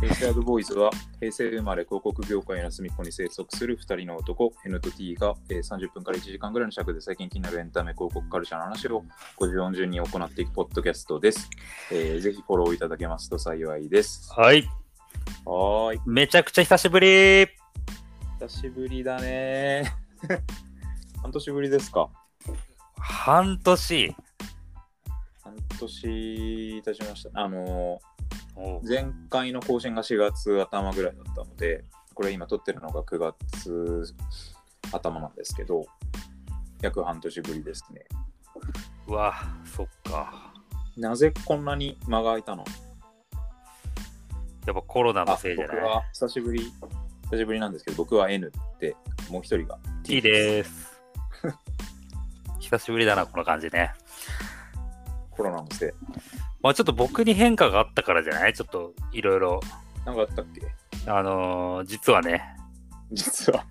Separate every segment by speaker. Speaker 1: 平成アドボーイズは平成生まれ広告業界の隅っこに生息する2人の男 N と T が、えー30分から1時間ぐらいの尺で最近気になるエンタメ広告カルチャーの話を54順に行っていくポッドキャストです、えーぜひフォローいただけますと幸いです。
Speaker 2: はい。
Speaker 1: はーい。
Speaker 2: めちゃくちゃ久しぶり。
Speaker 1: 久しぶりだねー。 半年ぶりですか
Speaker 2: 半年。
Speaker 1: 半年経ちました。あの
Speaker 2: お
Speaker 1: ー前回の更新が4月頭ぐらいだったので、これ今撮ってるのが9月頭なんですけど、約半年ぶりですね。
Speaker 2: うわ、そっか。
Speaker 1: なぜこんなに間が空いたの
Speaker 2: やっぱコロナの
Speaker 1: あ
Speaker 2: せいじゃ
Speaker 1: 僕
Speaker 2: ない
Speaker 1: は久しぶり、久しぶりなんですけど、僕は N って、もう一人が
Speaker 2: ?T です。久しぶりだな、この感じね。
Speaker 1: コロナのせい。
Speaker 2: まあちょっと僕に変化があったからじゃないちょっといろいろ。
Speaker 1: なんかあったっけ
Speaker 2: あのー実はね、
Speaker 1: 実は。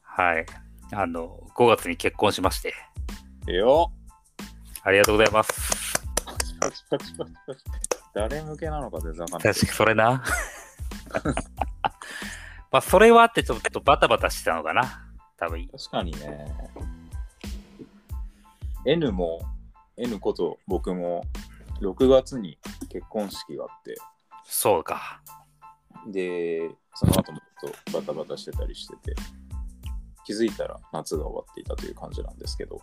Speaker 2: はい。あの、5月に結婚しまして。
Speaker 1: え よ
Speaker 2: ありがとうございます。
Speaker 1: 誰向けなのか全然わかんない
Speaker 2: 確かにそれな。 まあ、それはあってちょっとバタバタしてたのかな。多分
Speaker 1: 確かにね。N も、N こと僕も、6月に結婚式があって、
Speaker 2: そうか。
Speaker 1: で、その後もちょっとバタバタしてたりしてて、気づいたら夏が終わっていたという感じなんですけど、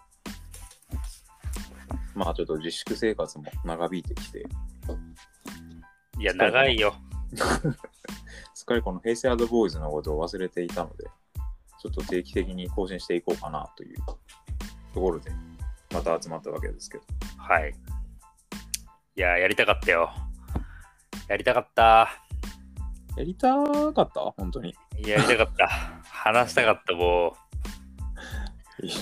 Speaker 1: まあちょっと自粛生活も長引いてきて、
Speaker 2: いや、長いよ。
Speaker 1: すっかりこの平成アドボーイズのことを忘れていたので、ちょっと定期的に更新していこうかなというところで、また集まったわけですけど。
Speaker 2: はい。いや、やりたかったよ。やりたかった。
Speaker 1: やりたかった本当に。
Speaker 2: いややりたかった。話したかった、も
Speaker 1: いや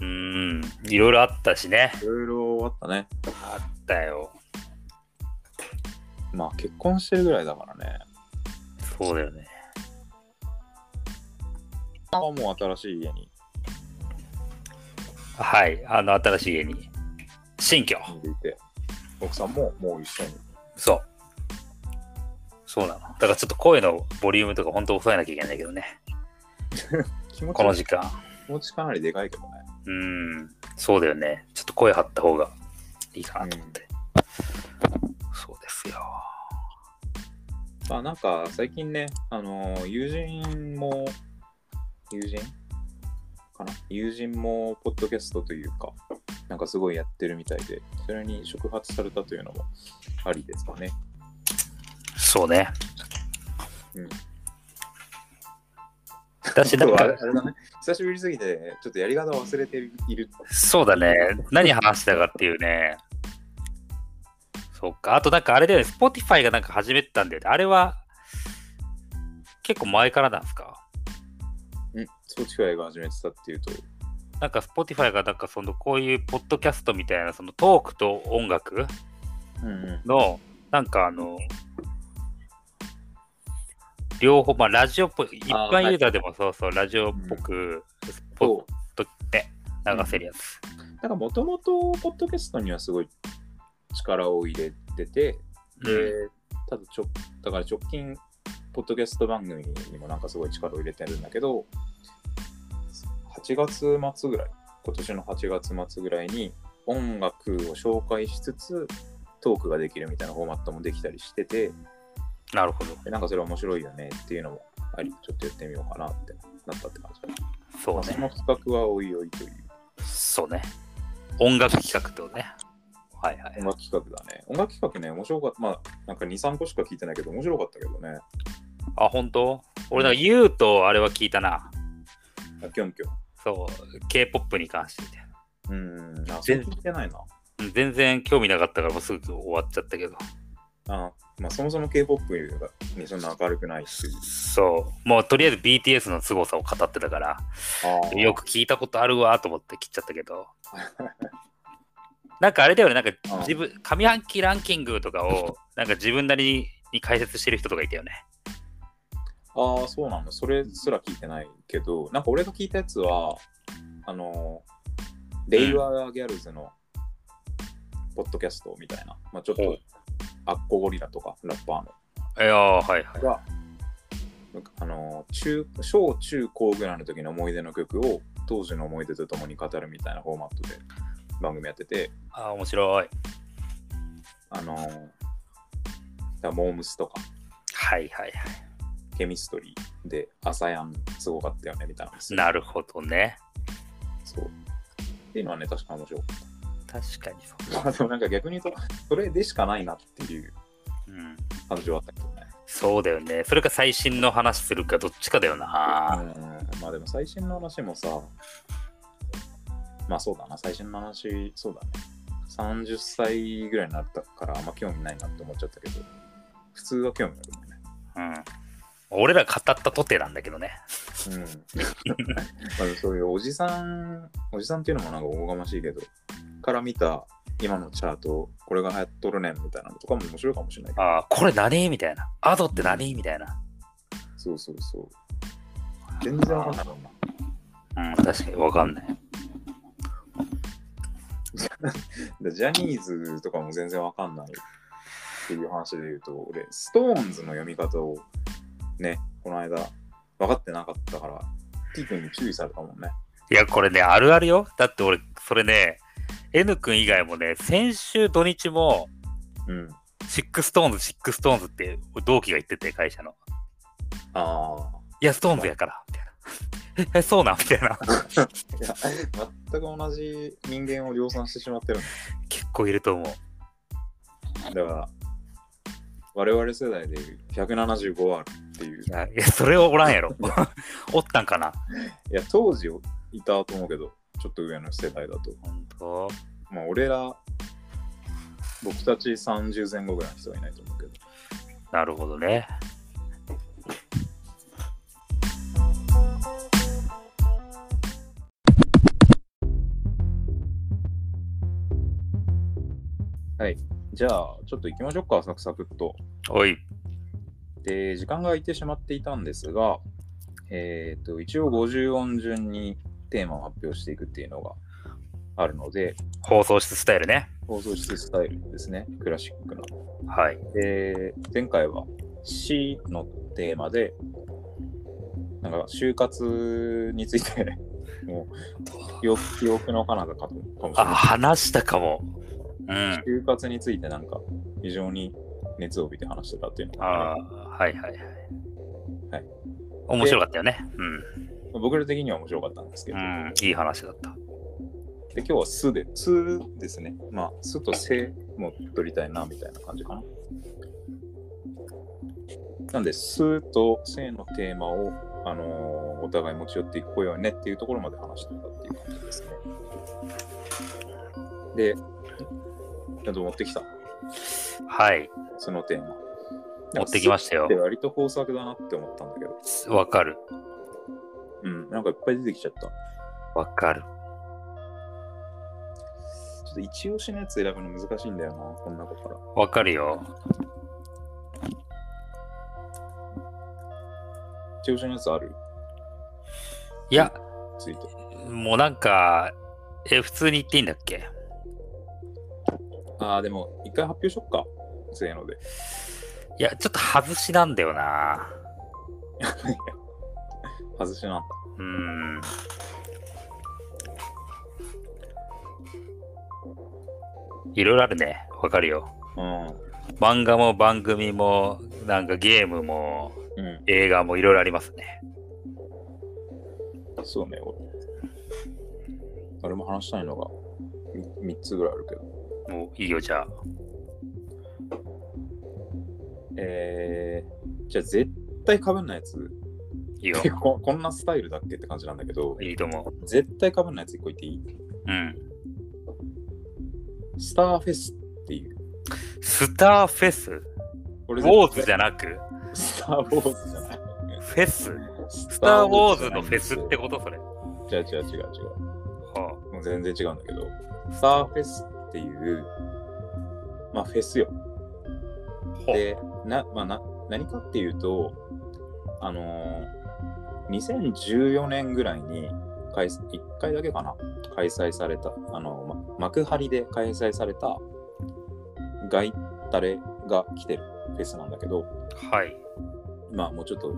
Speaker 2: う。うーん。いろいろあったしね。
Speaker 1: いろいろあったね。
Speaker 2: あったよ。
Speaker 1: まあ結婚してるぐらいだからね。
Speaker 2: そうだよね。
Speaker 1: あもう新しい家に
Speaker 2: はい。あの、新しい家に。新居。
Speaker 1: 住んでいて、奥さんももう一緒に。
Speaker 2: そう。そうなの。だからちょっと声のボリュームとか本当抑えなきゃいけないけどね。
Speaker 1: 気持ち
Speaker 2: この時間。
Speaker 1: 気持ちかなりでかいけどね。
Speaker 2: うーん。そうだよね。ちょっと声張った方がいいかなと思って。そうですよ。
Speaker 1: まあなんか最近ね、あのー友人も、友人かな友人もポッドキャストというか、なんかすごいやってるみたいで、それに触発されたというのもありですかね。
Speaker 2: そうね。
Speaker 1: うん
Speaker 2: だし、なん
Speaker 1: あれ
Speaker 2: か
Speaker 1: あ、れだね、久しぶりすぎて、ちょっとやり方を忘れている。
Speaker 2: そうだね。何話したかっていうね。そっか。あとなんかあれだよね。Spotify がなんか始めてたんだよね。あれは結構前からなんですか
Speaker 1: うん、Spotify が始めてたっていうと、
Speaker 2: なんか Spotify がなんかそのこういうポッドキャストみたいなそのトークと音楽
Speaker 1: うんうん、
Speaker 2: のなんかあの両方まあラジオっぽい一
Speaker 1: あーは
Speaker 2: 般
Speaker 1: い
Speaker 2: ユーザーでもそうそうラジオっぽくスポ
Speaker 1: そ
Speaker 2: ッ
Speaker 1: う。
Speaker 2: トで流せるやつ
Speaker 1: なんかもともと、ポッドキャストにはすごい力を入れてて、
Speaker 2: うん
Speaker 1: で、ただちょ、だから直近、ポッドキャスト番組にもなんかすごい力を入れてるんだけど、8月末ぐらい、今年の8月末ぐらいに音楽を紹介しつつ、トークができるみたいなフォーマットもできたりしてて、
Speaker 2: なるほど
Speaker 1: でなんかそれ面白いよねっていうのもあり、ちょっとやってみようかなってなったって感じ。
Speaker 2: そう
Speaker 1: まあそ
Speaker 2: ね
Speaker 1: の企画はおいおいという
Speaker 2: そうね音楽企画ってことねはいはい
Speaker 1: 音楽企画だね。音楽企画ね、面白かった。まあ、なんか2、3個しか聞いてないけど、面白かったけどね。
Speaker 2: あ本当俺なんか言うとあれは聞いたな
Speaker 1: あキョンキョン。
Speaker 2: そう K-POP に関してみたいな
Speaker 1: うん、あ、それ
Speaker 2: 全
Speaker 1: 聞いてないな。
Speaker 2: うん全然興味なかったからもうすぐ終わっちゃったけど
Speaker 1: あまあ、そもそも K-POP が、ね、そんな明るくないし。
Speaker 2: そうもうとりあえず BTS の凄さを語ってたから
Speaker 1: あ
Speaker 2: よく聞いたことあるわと思って切っちゃったけ ど。なんかあれだよね、なんか
Speaker 1: うん
Speaker 2: 自分、上半期ランキングとかを、なんか自分なりに解説してる人とかいたよね。
Speaker 1: あー、そうなの。それすら聞いてないけど、なんか俺が聞いたやつは、あの、レイワーギャルズのポッドキャストみたいな、まあ、ちょっ
Speaker 2: ほ
Speaker 1: と
Speaker 2: う、
Speaker 1: アッコゴリラとか、ラッパーの、
Speaker 2: いやーはいはい。
Speaker 1: が、あの中小中高ぐらいの時の思い出の曲を当時の思い出とともに語るみたいなフォーマットで番組やってて、
Speaker 2: あー面白い。
Speaker 1: あのだからモームスとか
Speaker 2: はいはいはい。
Speaker 1: ケミストリーで朝やんすごかったよねみたいな話
Speaker 2: なるほどね。
Speaker 1: そうっていうのはね確か面白かっ
Speaker 2: 確かにそ
Speaker 1: た
Speaker 2: う。
Speaker 1: まあでもなんか逆に言うとそれでしかないなっていう
Speaker 2: うん、
Speaker 1: 感じはあったけどね
Speaker 2: そうだよね。それか最新の話するかどっちかだよな。
Speaker 1: うんまあでも最新の話もさ、まあそうだな、最新の話、そうだね。30歳ぐらいになったからあんま興味ないなって思っちゃったけど、普通は興味あ
Speaker 2: うん。俺ら語ったとてなんだけどね。
Speaker 1: るよね。うん。まあでもそういうおじさん、おじさんっていうのもなんかおこがましいけど、から見た今のチャート、これが流行っとるねんみたいなのとかも面白いかもしれないけど、
Speaker 2: ああ、これ何みたいな。アドって何みたいな。
Speaker 1: そうそうそう。全然わかんないもんな。
Speaker 2: うん、確かにわかんない。
Speaker 1: でジャニーズとかも全然わかんないっていう話で言うと、俺、ストーンズの読み方をね、この間分かってなかったから、T 君に注意されたもんね。
Speaker 2: いや、これね、あるあるよ。だって俺、それね、N 君以外もね、先週土日も、
Speaker 1: うん。
Speaker 2: シックストーンズ、シックストーンズって同期が言ってて、会社の。
Speaker 1: ああ。
Speaker 2: いや、ストーンズやから、みたいな。ええ、そうなんみ たいな。
Speaker 1: いや、全く同じ人間を量産してしまってるん
Speaker 2: 結構いると思う。
Speaker 1: だ。だから、我々世代でいう175あるっていう
Speaker 2: い。や、いやそれおらんやろ。 おったんかな。
Speaker 1: いや、当時いたと思うけど、ちょっと上の世代だと。
Speaker 2: 本当
Speaker 1: まあ、俺ら、僕たち30前後ぐらいの人はいないと思うけど。
Speaker 2: なるほどね。
Speaker 1: じゃあ、ちょっと行きましょうか、サクサクっと。
Speaker 2: おい。
Speaker 1: で、時間が空いてしまっていたんですが、えっ、と、一応50音順にテーマを発表していくっていうのがあるので、
Speaker 2: 放送室スタイルね。
Speaker 1: 放送室スタイルですね、クラシックの。
Speaker 2: はい。
Speaker 1: で、前回は C のテーマで、なんか、就活について、 もう、記憶記憶の彼方かとかもしれ
Speaker 2: あ、
Speaker 1: ない。
Speaker 2: 話したかも。うん。
Speaker 1: 就活についてなんか、非常に熱を帯びて話してたっていうのが、
Speaker 2: ああ、はいはいはい。
Speaker 1: はい
Speaker 2: 面白かったよね。
Speaker 1: 僕ら的には面白かったんですけ
Speaker 2: う
Speaker 1: ど、
Speaker 2: ん。うん。いい話だった。
Speaker 1: で、今日はすで、すですね。まあ、すとせも取りたいな、みたいな感じかな。なんで、すとせのテーマを、あのーお互い持ち寄っていこうよねっていうところまで話してたっていう感じですね。で、ちゃんと持ってきた、
Speaker 2: はい。
Speaker 1: そのテーマ。
Speaker 2: 持ってきま
Speaker 1: し
Speaker 2: した
Speaker 1: た
Speaker 2: よ
Speaker 1: で。割と豊作だなって思ったんだけど、
Speaker 2: わかる。
Speaker 1: うん、なんかいっぱい出てきちゃった。
Speaker 2: わかる。
Speaker 1: ちょっと一押しのやつ選ぶの難しいんだよな、こんなことから。
Speaker 2: わかるよ。
Speaker 1: 一押しのやつある
Speaker 2: いや、
Speaker 1: ついて。
Speaker 2: もうなんか、え、普通に言っていいんだっけ
Speaker 1: ああ、でも、一回発表しよっか。せーので。
Speaker 2: いや、ちょっと外しなんだよな。
Speaker 1: 外しなんだ。
Speaker 2: うん。いろいろあるね。わかるよ。
Speaker 1: うん。
Speaker 2: 漫画も番組も、なんかゲームも、
Speaker 1: う
Speaker 2: 映画もいろいろありますね。
Speaker 1: ん。そうね、俺。俺も話したいのがみ3つぐらいあるけど。
Speaker 2: もういいよ、じゃあ。
Speaker 1: えー、じゃあ絶対被んないやつ。
Speaker 2: いいよ。
Speaker 1: ここんなスタイルだっけって感じなんだけど、
Speaker 2: いいと思。
Speaker 1: 絶対被んないやつ一個言っていいう
Speaker 2: うん。
Speaker 1: スターフェスっていう。
Speaker 2: スターフェス
Speaker 1: こ
Speaker 2: ウ
Speaker 1: れ
Speaker 2: ォ
Speaker 1: 絶対
Speaker 2: ーズじゃなく、
Speaker 1: スター・ウォーズじゃない。
Speaker 2: フェス
Speaker 1: ス
Speaker 2: スター・ウォーズのフェスってことそれ。
Speaker 1: と違う違う違う違う。
Speaker 2: は
Speaker 1: もう全然違うんだけど、スターフェスっていう、まあフェスよ。
Speaker 2: ほう
Speaker 1: で、な、まあな、何かっていうと、あのー2014年ぐらいに開、1回だけかな、開催された、あの、ま幕張で開催された、ガイタレが来てるペースなんだけど、
Speaker 2: はい。
Speaker 1: まあもうちょっと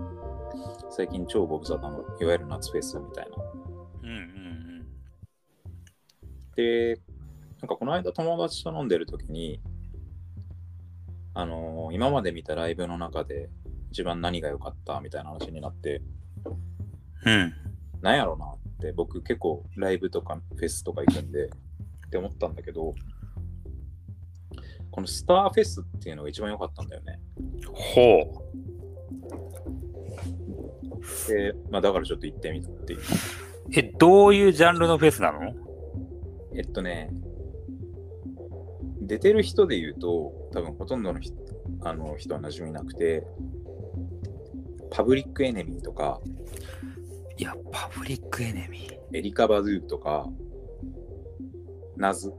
Speaker 1: 最近超ご無沙汰のいわゆる夏フェスみたいな。
Speaker 2: うんうんうん。
Speaker 1: で、なんかこの間友達と飲んでる時に、あのー今まで見たライブの中で一番何が良かったみたいな話になって、
Speaker 2: うん。
Speaker 1: なんやろなって僕結構ライブとかフェスとか行くんでって思ったんだけど、このスターフェスっていうのが一番良かったんだよね。
Speaker 2: ほ
Speaker 1: で、まあだからちょっと行ってみたっていう。
Speaker 2: う。え、どういうジャンルのフェスなの
Speaker 1: えっとね、出てる人で言うと、多分ほとんどの人あの人は馴染みなくて、パブリックエネミーとか、
Speaker 2: いや、パブリックエネミー。
Speaker 1: エリカ・バドゥとか、ナズ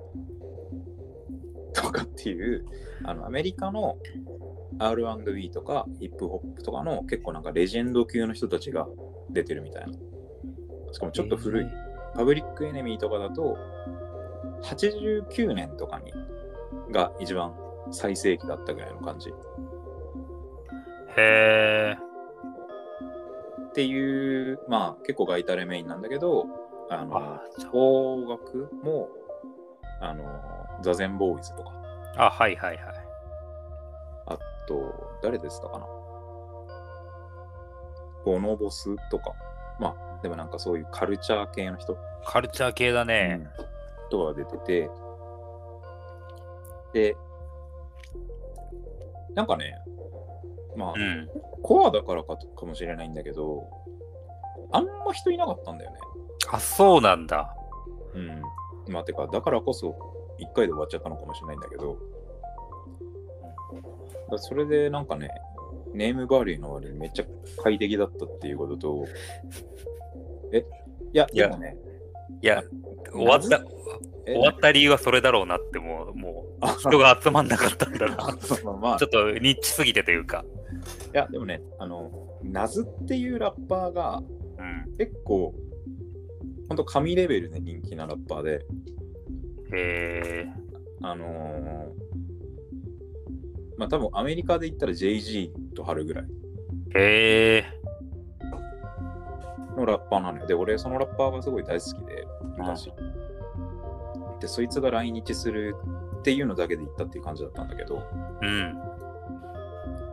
Speaker 1: とかっていう、あのアメリカの R&B とかヒップホップとかの結構なんかレジェンド級の人たちが出てるみたいな。しかもちょっと古い。パブリックエネミーとかだと、89年とかにが一番最盛期だったぐらいの感じ。っ
Speaker 2: へえ。
Speaker 1: ていう、まあ結構ガイタレメインなんだけど、あの、
Speaker 2: あ、じゃ
Speaker 1: 邦楽も、あの、ザゼンボーイズとか、
Speaker 2: あ、あはいはいはい。
Speaker 1: あと、誰でしたかなボノボスとか、まあでもなんかそういうカルチャー系の人
Speaker 2: カルチャー系だね。
Speaker 1: とが出てて、で、なんかね、まあ、
Speaker 2: うん。
Speaker 1: コアだからかとかもしれないんだけど、あんま人いなかったんだよね。
Speaker 2: あ、そうなんだ。
Speaker 1: うん。まあ、てか、だからこそ、一回で終わっちゃったのかもしれないんだけど、だからそれでなんかね、ネームバリューの割にめっちゃ快適だったっていうことと、え、いや、
Speaker 2: いや
Speaker 1: でもね、
Speaker 2: いや、終わった、
Speaker 1: え
Speaker 2: 終わった理由はそれだろうなって、もう、もう、人が集まんなかったんだな。 ち
Speaker 1: まあまあ
Speaker 2: ょっとニッチすぎてというか。
Speaker 1: いや、でもね、あの、ナズっていうラッパーが
Speaker 2: うん。
Speaker 1: 結構、ほんと神レベルで人気なラッパーで、
Speaker 2: へえ。
Speaker 1: あのーまあ多分アメリカで言ったら JG と春ぐらい
Speaker 2: へえ。
Speaker 1: のラッパーなのよ。で、俺そのラッパーがすごい大好きで、昔。で、そいつが来日するっていうのだけで行ったっていう感じだったんだけど、
Speaker 2: うん。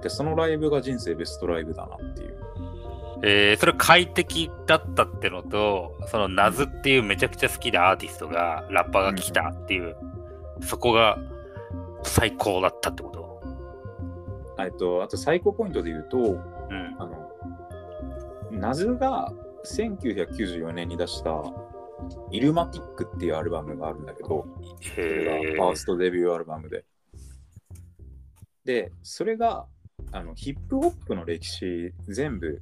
Speaker 1: で、そのライブが人生ベストライブだなっていう。
Speaker 2: えー、それ快適だったってのと、そのナズっていうめちゃくちゃ好きなアーティストが、ラッパーが来たっていう、そこが最高だったってこと。
Speaker 1: えっと、あと最高ポイントで言うと、
Speaker 2: うん。
Speaker 1: あの、ナズが1994年に出した、イルマティックっていうアルバムがあるんだけど、それ
Speaker 2: へえ
Speaker 1: が。ファーストデビューアルバムで。で、それがあのヒップホップの歴史全部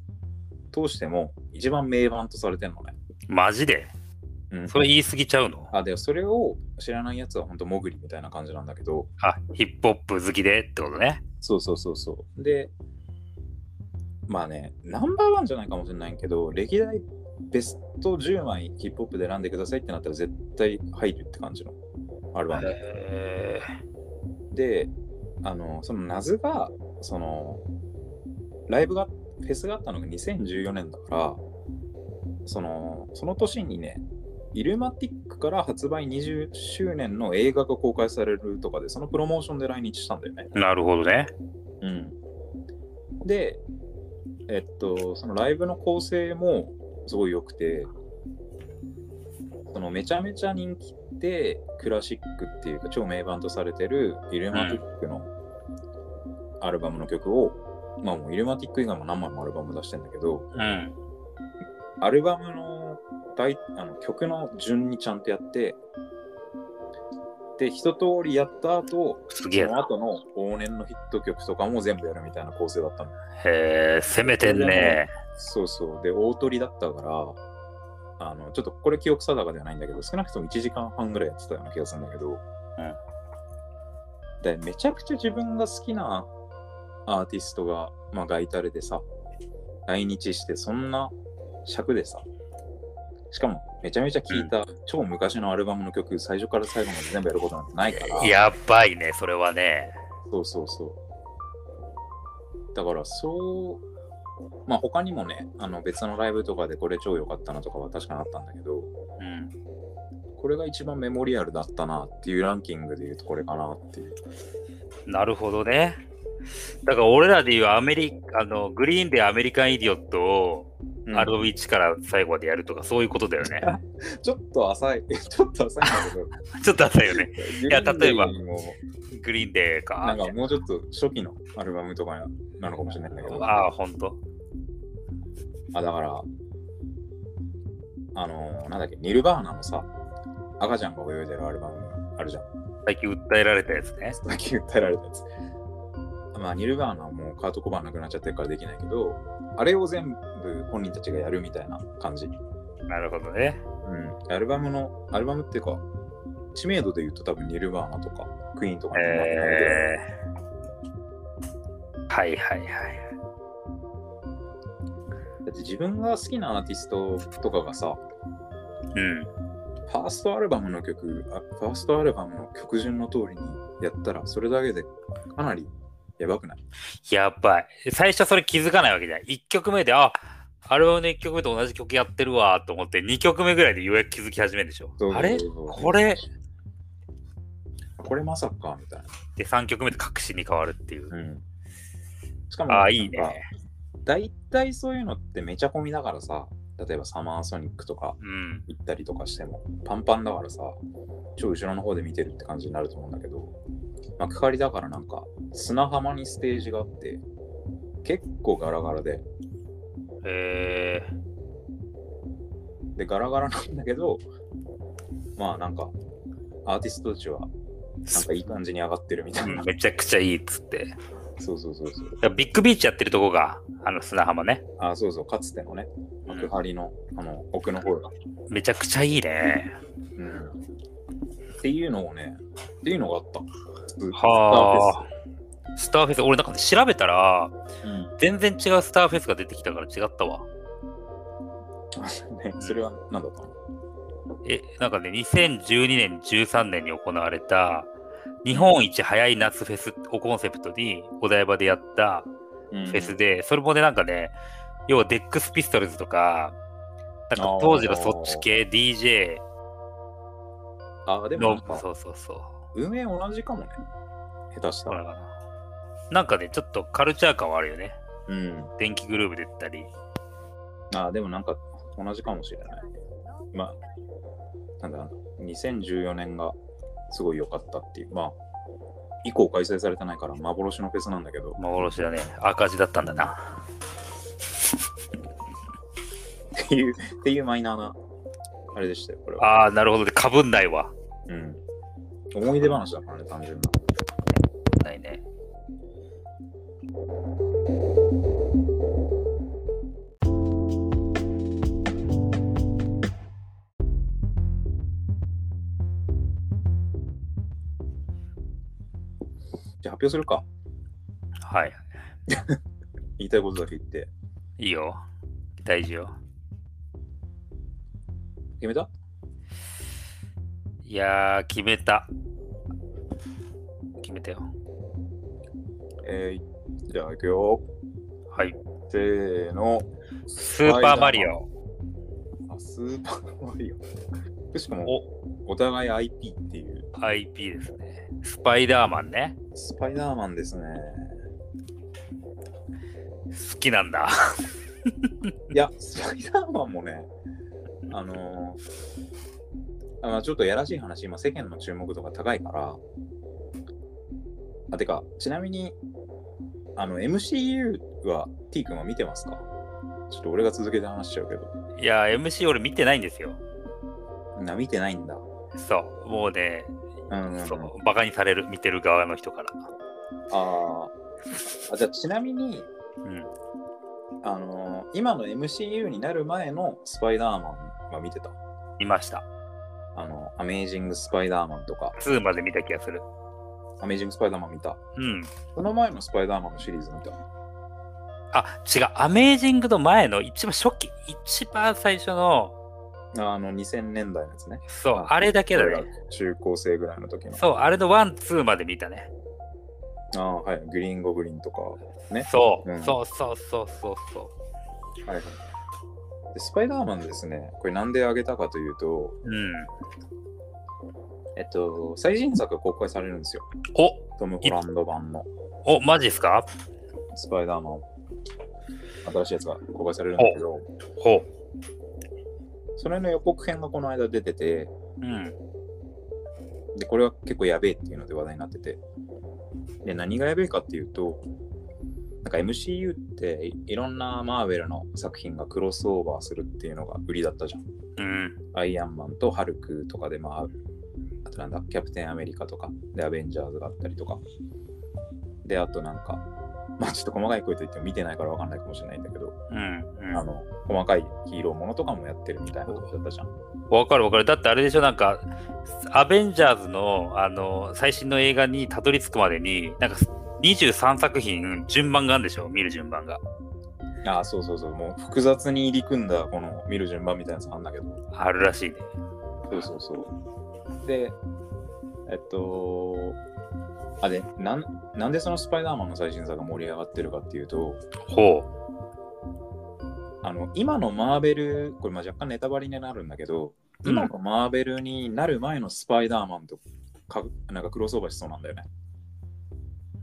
Speaker 1: 通しても一番名盤とされてるのね。
Speaker 2: マジで
Speaker 1: うん
Speaker 2: それ言い過ぎちゃうの
Speaker 1: あでそれを知らないやつは本当モグリみたいな感じなんだけど、
Speaker 2: あ、ヒップホップ好きでってことね。
Speaker 1: そうそうそうそう。で、まあね、ナンバーワンじゃないかもしれないけど、歴代ベスト10枚ヒップホップで選んでくださいってなったら絶対入るって感じのアルバムで。
Speaker 2: へ
Speaker 1: であのその謎がそのライブがフェスがあったのが2014年だからそのその年にねイルマティックから発売20周年の映画が公開されるとかでそのプロモーションで来日したんだよね。
Speaker 2: え。なるほどね。
Speaker 1: うん、でえっとそのライブの構成もすごい良くてそのめちゃめちゃ人気ってクラシックっていうか超名盤とされてるイルマティックのアルバムの曲を、まあもうイルマティック以外も何枚もアルバム出してんだけど
Speaker 2: うん。
Speaker 1: アルバムの大あの曲の順にちゃんとやってで一通りやった後
Speaker 2: すげえ
Speaker 1: その
Speaker 2: な。
Speaker 1: 後の往年のヒット曲とかも全部やるみたいな構成だったの。
Speaker 2: へえ、攻めてんね。
Speaker 1: そうそう。で、大鳥だったから、あの、ちょっとこれ記憶定かではないんだけど、少なくとも1時間半ぐらいやってたような気がするんだけど、で、めちゃくちゃ自分が好きなアーティストが、まあ、ガイタレでさ、来日して、そんな尺でさ、しかも、めちゃめちゃ聴いた、超昔のアルバムの曲、最初から最後まで全部やることなんてないから。
Speaker 2: やばいね、それはね。
Speaker 1: そうそうそう。だからそう、まあ他にもね、あの別のライブとかでこれ超良かったなとかは確かにあったんだけど、
Speaker 2: うん。
Speaker 1: これが一番メモリアルだったなっていうランキングで言うとこれかなっていう。
Speaker 2: なるほどね。だから俺らで言うアメリカ、あの、グリーンでアメリカンイディオットを、アルドビッチから最後までやるとか、そういうことだよね。
Speaker 1: ちょっと浅い、 ちょっと浅いんだけど、
Speaker 2: ちょっと浅いよね。
Speaker 1: い
Speaker 2: や例えば
Speaker 1: も
Speaker 2: グリーンデーか。
Speaker 1: なんかもうちょっと初期のアルバムとかなのかもしれないんだけど、
Speaker 2: ああ、ほんと。
Speaker 1: あ、だから、あのーなんだっけ、ニルバーナのさ、赤ちゃんが泳いでるアルバムあるじゃん。
Speaker 2: 最近訴えられたやつね。
Speaker 1: さっき訴えられたやつ。まあ、ニルバーナはもうカートコバーンなくなっちゃってるからできないけど、あれを全部本人たちがやるみたいな感じ。う
Speaker 2: なるほどね。
Speaker 1: ん。アルバムの、アルバムっていうか、知名度で言うと多分ニルバーナとか、クイーンとかになってないぐらい
Speaker 2: えー。はいはいはい。
Speaker 1: だって自分が好きなアーティストとかがさ、
Speaker 2: うん。
Speaker 1: ファーストアルバムの曲、あファーストアルバムの曲順の通りにやったら、それだけでかなりやばくない
Speaker 2: やばい。最初それ気づかないわけじゃない。1曲目で、あアルバムの1曲目と同じ曲やってるわと思って、2曲目ぐらいでようやく気づき始めるでしょ。あれこれ
Speaker 1: これまさかみたい
Speaker 2: で、3曲目で確信に変わるっていう。
Speaker 1: な。うん。しかも、
Speaker 2: ああ、いいね。
Speaker 1: 大体そういうのってめちゃ込みだからさ、例えばサマーソニックとか
Speaker 2: うん。
Speaker 1: 行ったりとかしても、パンパンだからさ、超後ろの方で見てるって感じになると思うんだけど、幕張だからなんか砂浜にステージがあって、結構ガラガラで、
Speaker 2: え
Speaker 1: で、ガラガラなんだけど、まあなんか、アーティストたちは、なんかいい感じに上がってるみたい
Speaker 2: ー、
Speaker 1: な。
Speaker 2: めちゃくちゃいいっつって。だか
Speaker 1: そうそうそうそう。
Speaker 2: らビッグビーチやってるとこが、あの砂浜ね。
Speaker 1: あ、そうそう、かつてのね、
Speaker 2: うん
Speaker 1: 幕張の、あの、奥の方が。
Speaker 2: めちゃくちゃいいね。
Speaker 1: うん。っていうのをね、っていうのがあった。
Speaker 2: はあ。スターフェス、俺なんかね調べたら、
Speaker 1: スターフェ
Speaker 2: 全然違うスターフェスが出てきたから違ったわ。
Speaker 1: ス。うん。ね、それは何だったの
Speaker 2: え、なんかね、2012年、13年に行われた、日本一早い夏フェスをコンセプトにお台場でやった
Speaker 1: フ
Speaker 2: フェスで、それもね、なんかね、要はデックスピストルズとか、なんか当時のそっち系 DJ
Speaker 1: あ、でも
Speaker 2: の
Speaker 1: なん、か、
Speaker 2: そうそうそう、
Speaker 1: 運営同じかもね。下手し
Speaker 2: そ
Speaker 1: た
Speaker 2: うな
Speaker 1: ら。
Speaker 2: のかな。なんかね、ちょっとカルチャー感はあるよね。
Speaker 1: うん。
Speaker 2: 電気グルーヴ出たり。
Speaker 1: あーでもなんか同じかもしれない。まあ、なんだろうな、2014年がすごい良かったっていう、まあ、以降開催されてないから幻のフェスなんだけど、
Speaker 2: 幻だね。赤字だったんだな。
Speaker 1: っていう、っていうマイナーな、あれでしたよ、これは。
Speaker 2: ああ、なるほどね。かぶんないわ。
Speaker 1: うん。思い出話だからね、単純な。
Speaker 2: ないね。
Speaker 1: じゃあ発表するか。
Speaker 2: はい。
Speaker 1: 言いたいことだけ言って。
Speaker 2: いいよ。大事よ。
Speaker 1: 決めた
Speaker 2: いやー、決めた。決めたよ。
Speaker 1: えー、じゃあ行くよ。
Speaker 2: はい。
Speaker 1: せーの。
Speaker 2: スーパーマリオ。
Speaker 1: あ、スーパーマリオ。しかも、
Speaker 2: お、
Speaker 1: お互い IP っていう。
Speaker 2: IP ですね。スパイダーマンね。
Speaker 1: スパイダーマンですね。
Speaker 2: 好きなんだ。
Speaker 1: いや、スパイダーマンもね、あのーあまあちょっとやらしい話、今世間の注目度が高いから、あ、てか、ちなみに、あの、MCU は T 君は見てますかちょっと俺が続けて話しちゃうけど。
Speaker 2: いやー、MC 俺見てないんですよ。
Speaker 1: な、見てないんだ。
Speaker 2: そう。もうね、
Speaker 1: うん、うん。
Speaker 2: そう。バカにされる、見てる側の人から。
Speaker 1: あーあ。じゃあ、ちなみに、
Speaker 2: うん。
Speaker 1: あのー今の MCU になる前のスパイダーマンは見てた。
Speaker 2: 見ました。
Speaker 1: あの、アメージング・スパイダーマンとか、
Speaker 2: 2まで見た気がする。
Speaker 1: アメージング・スパイダーマン見た。
Speaker 2: うん。
Speaker 1: その前のスパイダーマンのシリーズ見た。
Speaker 2: あ、違う。アメージングの前の一番初期、一番最初の、
Speaker 1: あの2000年代のやつね。
Speaker 2: そう、
Speaker 1: あ
Speaker 2: あれだけだ
Speaker 1: 俺
Speaker 2: ね。
Speaker 1: ら中高生ぐらいの時の。
Speaker 2: そう、あれの1、2まで見たね。
Speaker 1: ああ、はい。グリーンゴブリンとか、ね。
Speaker 2: そう、
Speaker 1: うん
Speaker 2: そうそうそうそうそ
Speaker 1: はいはい。でスパイダーマンですね、これなんであげたかというと、
Speaker 2: う。うん。
Speaker 1: えっと、最新作が公開されるんですよ。トム・ホランド版の
Speaker 2: お、お、マジっすか
Speaker 1: スパイダーマン。新しいやつが公開されるんだけど、
Speaker 2: ほ
Speaker 1: それの予告編がこの間出てて、
Speaker 2: う。うん。
Speaker 1: で、これは結構やべえっていうので話題になってて。で、何がやべえかっていうと、なんか MCU っていいろんなマーベルの作品がクロスオーバーするっていうのが売りだったじゃん。
Speaker 2: うん。
Speaker 1: アイアンマンとハルクとかで、まあ、あとなんだ、キャプテンアメリカとか、で、アベンジャーズがあったりとか。で、あとなんか、まあちょっと細かい声と言っても見てないからわかんないかもしれないんだけど、
Speaker 2: うん。
Speaker 1: あの、細かいヒーローものとかもやってるみたいなことだったじゃん。
Speaker 2: わかるわかる。だってあれでしょ、なんか、アベンジャーズのあの最新の映画にたどり着くまでに、なんか23作品、順番があるんでしょ、見る順番が。
Speaker 1: ああ、そうそうそう、もう複雑に入り組んだ、この見る順番みたいなやつあんだけど、
Speaker 2: あるらしいね。
Speaker 1: そうそうそう。で、えっと、あでなん、なんでそのスパイダーマンの最新作が盛り上がってるかっていうと、
Speaker 2: ほ
Speaker 1: あの今のマーベル、これまあ若干ネタバレになるんだけど、
Speaker 2: うん
Speaker 1: 今のマーベルになる前のスパイダーマンとかなんかクロスオーバーしそうなんだよね。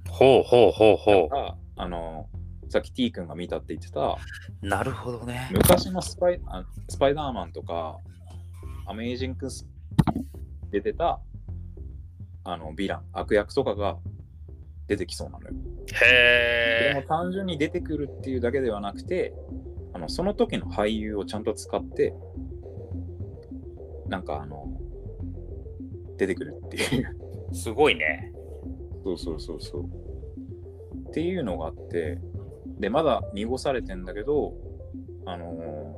Speaker 2: う。ほうほうほうほ
Speaker 1: ああのさっき T 君が見たって言ってた
Speaker 2: う。なるほどね。
Speaker 1: 昔のスパイあスパイダーマンとかアメージングス出てたあのヴィラン悪役とかが出てきそうなのよ。でも
Speaker 2: へえ。
Speaker 1: 単純に出てくるっていうだけではなくてあのその時の俳優をちゃんと使ってなんかあの出てくるっていう
Speaker 2: すごいね。
Speaker 1: そうそうそうそうっていうのがあってでまだ濁されてんだけどあの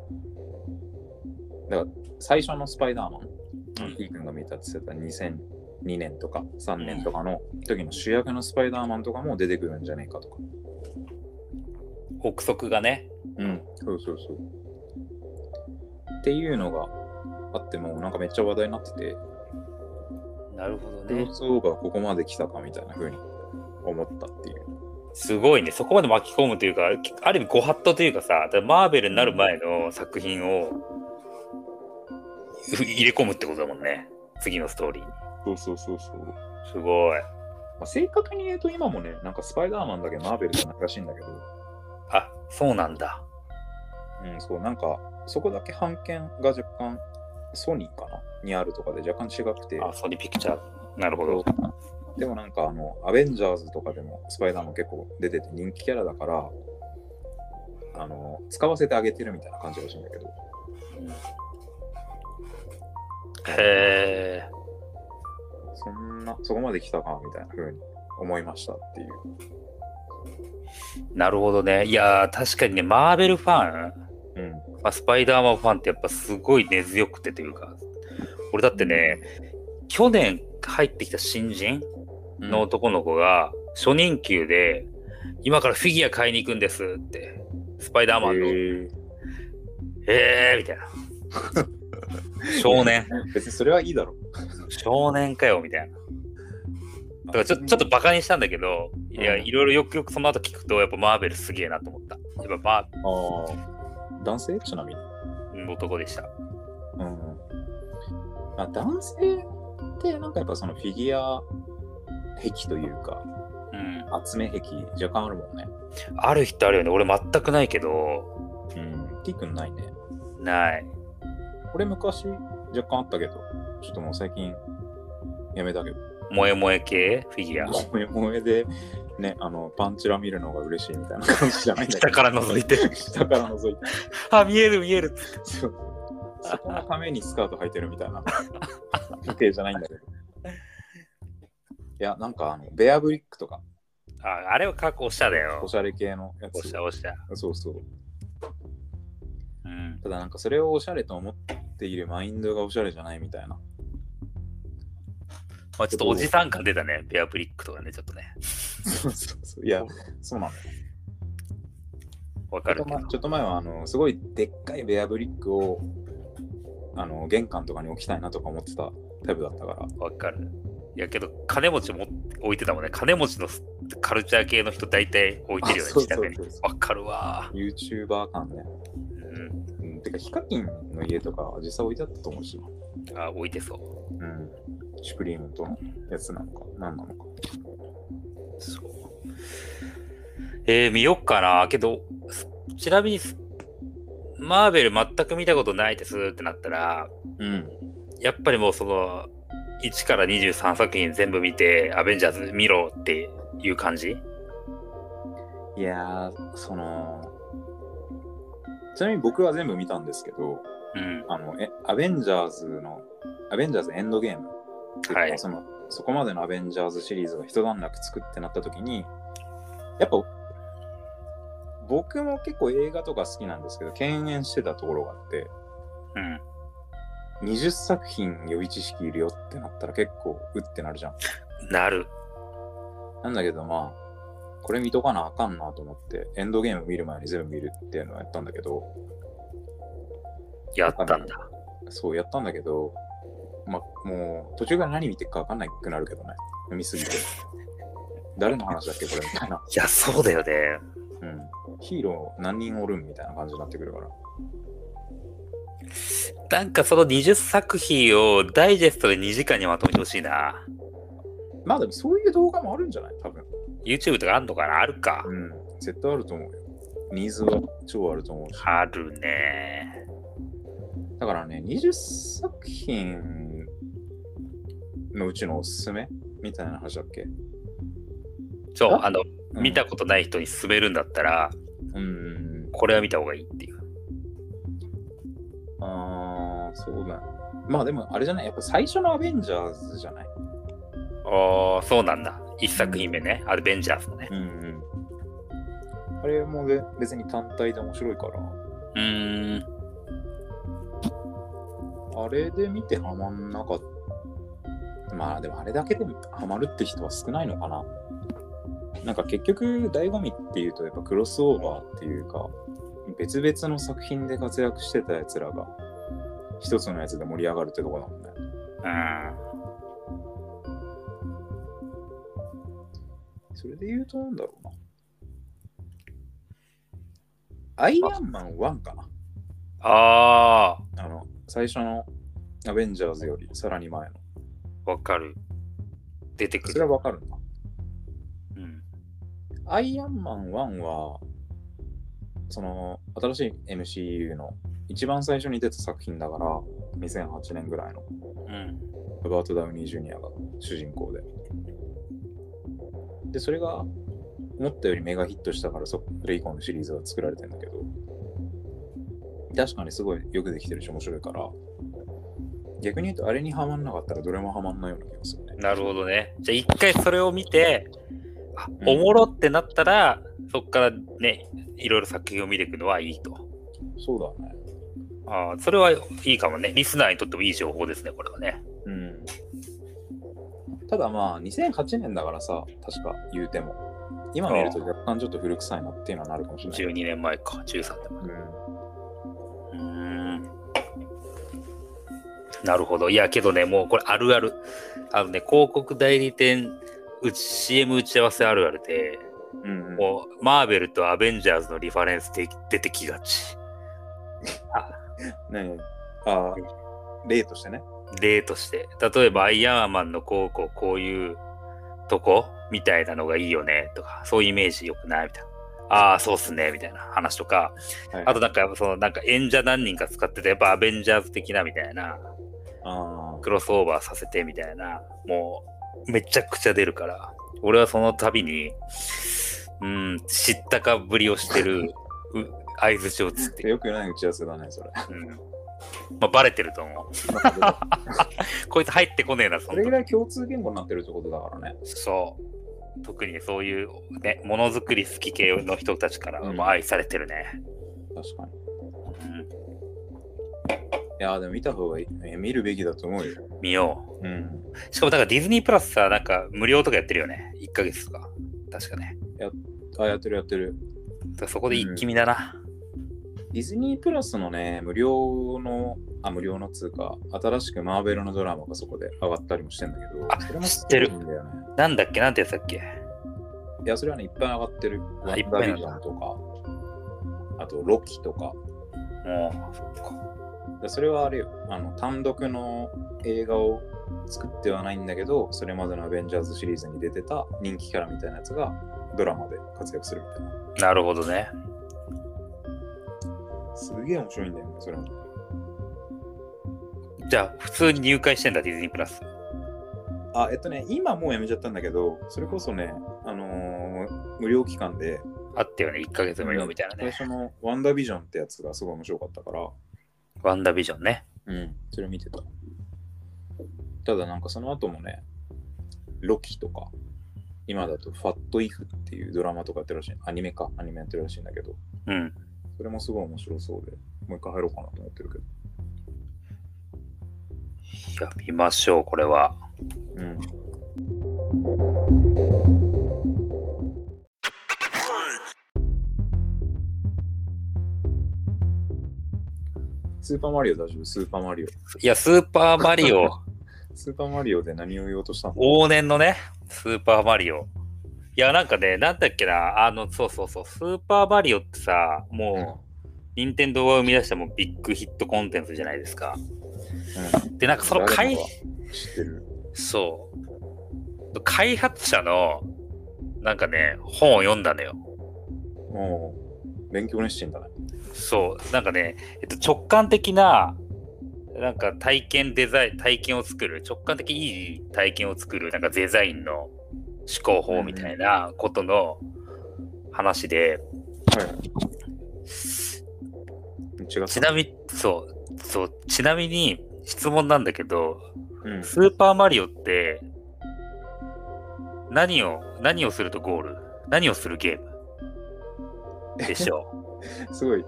Speaker 1: ーだから最初のスパイダーマ
Speaker 2: う
Speaker 1: ン、
Speaker 2: ん
Speaker 1: T 君が見たって言ってた2002年とか3年とかの時の主役のスパイダーマンとかも出てくるんじゃねえかとか
Speaker 2: 憶測がね。
Speaker 1: うん、そうそうそう。っていうのがあって、もうなんかめっちゃ話題になってて、
Speaker 2: なるほど
Speaker 1: クロ
Speaker 2: ね。
Speaker 1: スオーバーここまで来たかみたいな風に思ったっていう。
Speaker 2: すごいね。そこまで巻き込むというか、ある意味ご法度というかさ、だからマーベルになる前の作品をう入れ込むってことだもんね。次のストーリーに。
Speaker 1: そうそうそうそう。
Speaker 2: すごい。
Speaker 1: まあ、正確に言うと今もね、なんかスパイダーマンだけマーベルじゃないらしいんだけど、
Speaker 2: あ、そうなんだ。
Speaker 1: うん、そう、なんかそこだけ版権が若干ソニーかなにあるとかで若干違くて、
Speaker 2: あ、ソニーピクチャー。なるほど。
Speaker 1: でもなんかあの、アベンジャーズとかでもスパイダーマン結構出てて人気キャラだから、あの、使わせてあげてるみたいな感じらしいんだけど、
Speaker 2: へえ。
Speaker 1: そんな、そこまで来たかみたいな風に思いましたっていう。
Speaker 2: なるほどね。いやー、確かにね、マーベルファン、
Speaker 1: うん。
Speaker 2: まあ、スパイダーマンファンってやっぱすごい根強くてというか、俺だってね、去年入ってきた新人の男の子が、初任給で、今からフィギュア買いに行くんですって、スパイダーマンの、え
Speaker 1: え
Speaker 2: えー、みたいな。 少年、
Speaker 1: ー別にそれはいいだろう。
Speaker 2: 少年かよ、みたいな。だからちょちょっとバカにしたんだけど、いや、
Speaker 1: うん
Speaker 2: いろいろよくよくその後聞くと、やっぱマーベルすげえなと思った。やっ
Speaker 1: あ
Speaker 2: ぱマ
Speaker 1: あ。男性ちなみに。
Speaker 2: ーベル男でした。
Speaker 1: うん。あ男性って、なんかやっぱそのフィギュア壁というか、
Speaker 2: うん。
Speaker 1: 集め壁若干あるもんね。
Speaker 2: ある人あるよね。俺全くないけど、
Speaker 1: うん。T 君ないね。
Speaker 2: ない。
Speaker 1: 俺昔若干あったけど、ちょっともう最近やめたけど、
Speaker 2: 萌え萌え系フィギュア。
Speaker 1: 萌え萌えで、ね、あの、パンチラ見るのが嬉しいみたいな感じじゃないんだけ
Speaker 2: 下
Speaker 1: ど。
Speaker 2: から覗 いて。
Speaker 1: 下から覗いて。
Speaker 2: あ、見える見える。
Speaker 1: そうそこのためにスカート履いてるみ たいな家庭じゃないんだけど。いや、なんかあの、ベアブリックとか、
Speaker 2: ああれは過去おしゃだよ
Speaker 1: お。しゃれ系のや
Speaker 2: お
Speaker 1: つ
Speaker 2: し。ゃおしゃ。
Speaker 1: そうそう。
Speaker 2: うん。
Speaker 1: ただなんかそれをおしゃれと思っているマインドがおしゃれじゃないみたいな。
Speaker 2: まあちょっとおじさん感出たね。ベアブリックとかね、ちょっとね。
Speaker 1: そうそうそう。いや、そうなのよ。
Speaker 2: わか
Speaker 1: ちょっと
Speaker 2: るけど
Speaker 1: 前。ちょっと前は、あの、すごいでっかいベアブリックを、 あの、玄関とかに置きたいなとか思ってたタイプだったから。
Speaker 2: わかる。いやけど、金持ちも置いてたもんね。金持ちのカルチャー系の人大体置いてるよね、
Speaker 1: そう
Speaker 2: 自
Speaker 1: そう
Speaker 2: 宅に。
Speaker 1: そうそ
Speaker 2: わかるわ。
Speaker 1: う。YouTuber 感ね。
Speaker 2: うん。
Speaker 1: うん、てか、ヒカキンの家とか実際置いてあったと思うし。
Speaker 2: あ、置いてそう。
Speaker 1: うん。シュプリームとのやつなのか、何なのか。
Speaker 2: そう。えー、見よっかな。けど、すちなみにす、マーベル全く見たことないですってなったら、
Speaker 1: うん。
Speaker 2: やっぱりもうその、1から23作品全部見て、アベンジャーズ見ろっていう感じ
Speaker 1: いやー、その、ちなみに僕は全部見たんですけど、
Speaker 2: うん。
Speaker 1: あの、え、アベンジャーズの、アベンジャーズエンドゲームっていうか
Speaker 2: はい
Speaker 1: その、そこまでのアベンジャーズシリーズが一段落つくってなった時に、やっぱ、僕も結構映画とか好きなんですけど、敬遠してたところがあって、
Speaker 2: うん。
Speaker 1: 20作品予備知識いるよってなったら結構うってなるじゃん。
Speaker 2: なる。
Speaker 1: なんだけどまあ、これ見とかなあかんなと思って、エンドゲーム見る前に全部見るっていうのをやったんだけど、
Speaker 2: やったんだ。
Speaker 1: そうやったんだけど、まあ、もう途中から何見てるか分かんなくなるけどね、飲みすぎ て。誰の話だっけ、これみたいな。
Speaker 2: いや、そうだよね。
Speaker 1: うん。ヒーロー何人おるんみたいな感じになってくるから。
Speaker 2: なんかその20作品をダイジェストで2時間にまとめてほしいな。
Speaker 1: まあでもそういう動画もあるんじゃない多分。
Speaker 2: YouTube とかあんのかなあるか。
Speaker 1: うん。絶対あると思うよ。ニーズは超あると思うし。
Speaker 2: あるね。
Speaker 1: だからね、20作品のうちのおすすめみたいな話だっけ、
Speaker 2: そう、
Speaker 1: あ
Speaker 2: あの、
Speaker 1: うん
Speaker 2: 見たことない人に勧めるんだったら、
Speaker 1: うん。
Speaker 2: これは見た方がいいっていう。
Speaker 1: ああ、そうだ。まあでもあれじゃないやっぱ最初のアベンジャーズじゃない
Speaker 2: ああ、そうなんだ。一作品目ね。アベンジャーズのね。
Speaker 1: うんうん。あれもね別に単体で面白いから、
Speaker 2: うーん。
Speaker 1: あれで見てハマんなかった。まあでもあれだけでハマるって人は少ないのかな。なんか結局、醍醐味っていうとやっぱクロスオーバーっていうか、別々の作品で活躍してたやつらが、一つのやつで盛り上がるってとこだもんね。
Speaker 2: うん。
Speaker 1: それで言うとなんだろうな。アイアンマン1かな。
Speaker 2: あ
Speaker 1: あの、最初のアベンジャーズよりさらに前の。
Speaker 2: あ、わかる。出てく
Speaker 1: それは
Speaker 2: る。
Speaker 1: わかるな。
Speaker 2: うん。
Speaker 1: アイアンマン1は、その、新しい MCU の一番最初に出た作品だから、2008年ぐらいの、
Speaker 2: うん。
Speaker 1: ロバート・ダウニー・ジュニアが主人公で。で、それが、思ったよりメガヒットしたから、そそれ以降のシリーズが作られてんだけど、確かにすごいよくできてるし面白いから、逆に言うと、あれにはまんなかったらどれもはまんないような気がするね。
Speaker 2: なるほどね。じゃあ一回それを見て、あ
Speaker 1: うん
Speaker 2: おもろってなったら、そっからね、いろいろ作品を見ていくのはいいと。
Speaker 1: そうだね。
Speaker 2: ああ、それはいいかもね。リスナーにとってもいい情報ですね、これはね。
Speaker 1: うんただまあ2008年だからさ確か言うても今見ると若干ちょっと古臭いなっていうのはなるかもしれない、
Speaker 2: 12年前か、13年前。
Speaker 1: うん
Speaker 2: うーん。なるほど。いや、けどね、もうこれあるある。あのね、広告代理店、うち CM 打ち合わせあるあるで、
Speaker 1: うんうん、
Speaker 2: もう、マーベルとアベンジャーズのリファレンスで出てきがち。
Speaker 1: ねえあー例としてね
Speaker 2: 例として。例えば、アイアンマンのこうこう、こういうとこみたいなのがいいよね、とか、そういうイメージよくないみたいな。ああ、そうっすね、みたいな話とか、
Speaker 1: はい
Speaker 2: あとなんか、その、なんか演者何人か使ってて、やっぱアベンジャーズ的なみたいな、
Speaker 1: あ
Speaker 2: クロスオーバーさせてみたいな、もう、めちゃくちゃ出るから、俺はその度に、うん、知ったかぶりをしてる、う相づちをつっ
Speaker 1: ー
Speaker 2: て、
Speaker 1: よくない打ち合わせだねそれ
Speaker 2: うん。まあ、バレてると思う。こいつ入ってこねえな、そ
Speaker 1: そ
Speaker 2: の
Speaker 1: れぐ
Speaker 2: 時
Speaker 1: らい共通言語になってるってことだからね
Speaker 2: そう。特にそういう、ね、ものづくり好き系の人たちから
Speaker 1: うん
Speaker 2: もう愛されてるね。
Speaker 1: 確かに
Speaker 2: うん
Speaker 1: いやーでも見た方がいいえ見るべきだと思うよ
Speaker 2: 見よ
Speaker 1: うん
Speaker 2: う。しかも、だからディズニープラスさ、なんか無料とかやってるよね。1ヶ月とか。確かね。
Speaker 1: あやってるやってる
Speaker 2: だからそこで一気見だな。
Speaker 1: ディズニープラスのね、無料の、あ、無料の通貨、新しくマーベルのドラマがそこで上がったりもしてんだけど、
Speaker 2: あ
Speaker 1: それも
Speaker 2: 知ってる
Speaker 1: すごいんだよね。
Speaker 2: なんだっけなんてやつだっけ
Speaker 1: いや、それはね、いっぱい上がってる。ワ
Speaker 2: あいっ
Speaker 1: ン
Speaker 2: ぱ
Speaker 1: ダービ
Speaker 2: いなん
Speaker 1: ジ
Speaker 2: だ
Speaker 1: ョンとか、あとロキとか。
Speaker 2: もう、そっか。
Speaker 1: でそれはあれよ、あの、単独の映画を作ってはないんだけど、それまでのアベンジャーズシリーズに出てた人気キャラみたいなやつがドラマで活躍するみたいな。
Speaker 2: なるほどね。
Speaker 1: すげえ面白いんだよね、それも。
Speaker 2: じゃあ、普通に入会してんだ、ディズニープラス。
Speaker 1: あ、えっとね、今もうやめちゃったんだけど、それこそね、あのー無料期間で、
Speaker 2: あったよね、1ヶ月無料みたいな
Speaker 1: 最
Speaker 2: ね。
Speaker 1: 初のワンダービジョンってやつがすごい面白かったから、
Speaker 2: ワンダービジョンね。
Speaker 1: うん、それ見てた。ただなんかその後もね、ロキとか、今だとファットイフっていうドラマとかやってるらしい、アニメか、アニメやってるらしいんだけど、
Speaker 2: うん。
Speaker 1: それもすごい面白そうで、もう一回入ろうかなと思ってるけど。
Speaker 2: いや、見ましょう、これは。
Speaker 1: うん。スーパーマリオ大丈夫スーパーマリオ。
Speaker 2: いや、スーパーマリオ、
Speaker 1: スーパーマリオで何を言おうとしたの
Speaker 2: 往年のね、スーパーマリオ。いや、なんかね、なんだっけな、あの、そうそうそう、スーパーマリオってさ、もう、任天堂が生み出したもうビッグヒットコンテンツじゃないですか。で、なんかその
Speaker 1: 誰
Speaker 2: 開
Speaker 1: も、が知ってる。
Speaker 2: そう、開発者の、なんかね、本を読んだのよ。
Speaker 1: もう、勉強熱心だね。
Speaker 2: そう、なんかね、えっと、直感的な、なんか体験デザイン、体験を作る、直感的にいい体験を作る、なんかデザインの思考法みたいなことの話で、
Speaker 1: はい。違った。
Speaker 2: ちなみに、そう、そう、ちなみに質問なんだけど、
Speaker 1: うん、
Speaker 2: スーパーマリオって、何を、何をするとゴール何をするゲームでしょ
Speaker 1: すごい、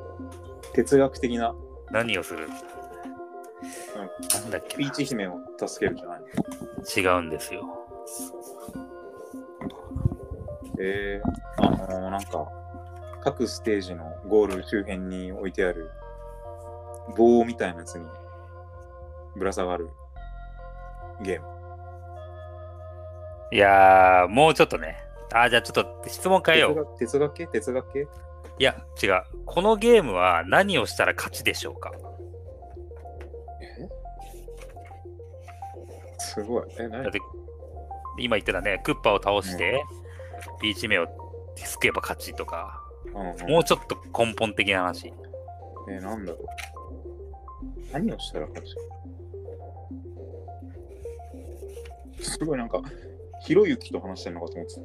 Speaker 1: 哲学的な、
Speaker 2: う何をする、なんだっけ
Speaker 1: ピ
Speaker 2: な
Speaker 1: ーチ姫を助けるじゃない。
Speaker 2: 違うんですよ。
Speaker 1: えー、あのーなんか、各ステージのゴール周辺に置いてある棒みたいなやつにぶら下がるゲーム。
Speaker 2: いやー、もうちょっとね。あー、じゃあちょっと質問変えよ
Speaker 1: 哲学哲
Speaker 2: う。
Speaker 1: 学系哲学系
Speaker 2: いや、違う。このゲームは何をしたら勝ちでしょうか
Speaker 1: すごい。え、
Speaker 2: だっ
Speaker 1: 何
Speaker 2: て、今言ってたね、クッパを倒して、ビーチ目を救えば勝ちと
Speaker 1: う
Speaker 2: か、
Speaker 1: んうん
Speaker 2: もうちょっと根本的な話。
Speaker 1: えー、なんだろう。何をしたら勝ちすごいなんか、ひろゆきと話してるのかと思ってた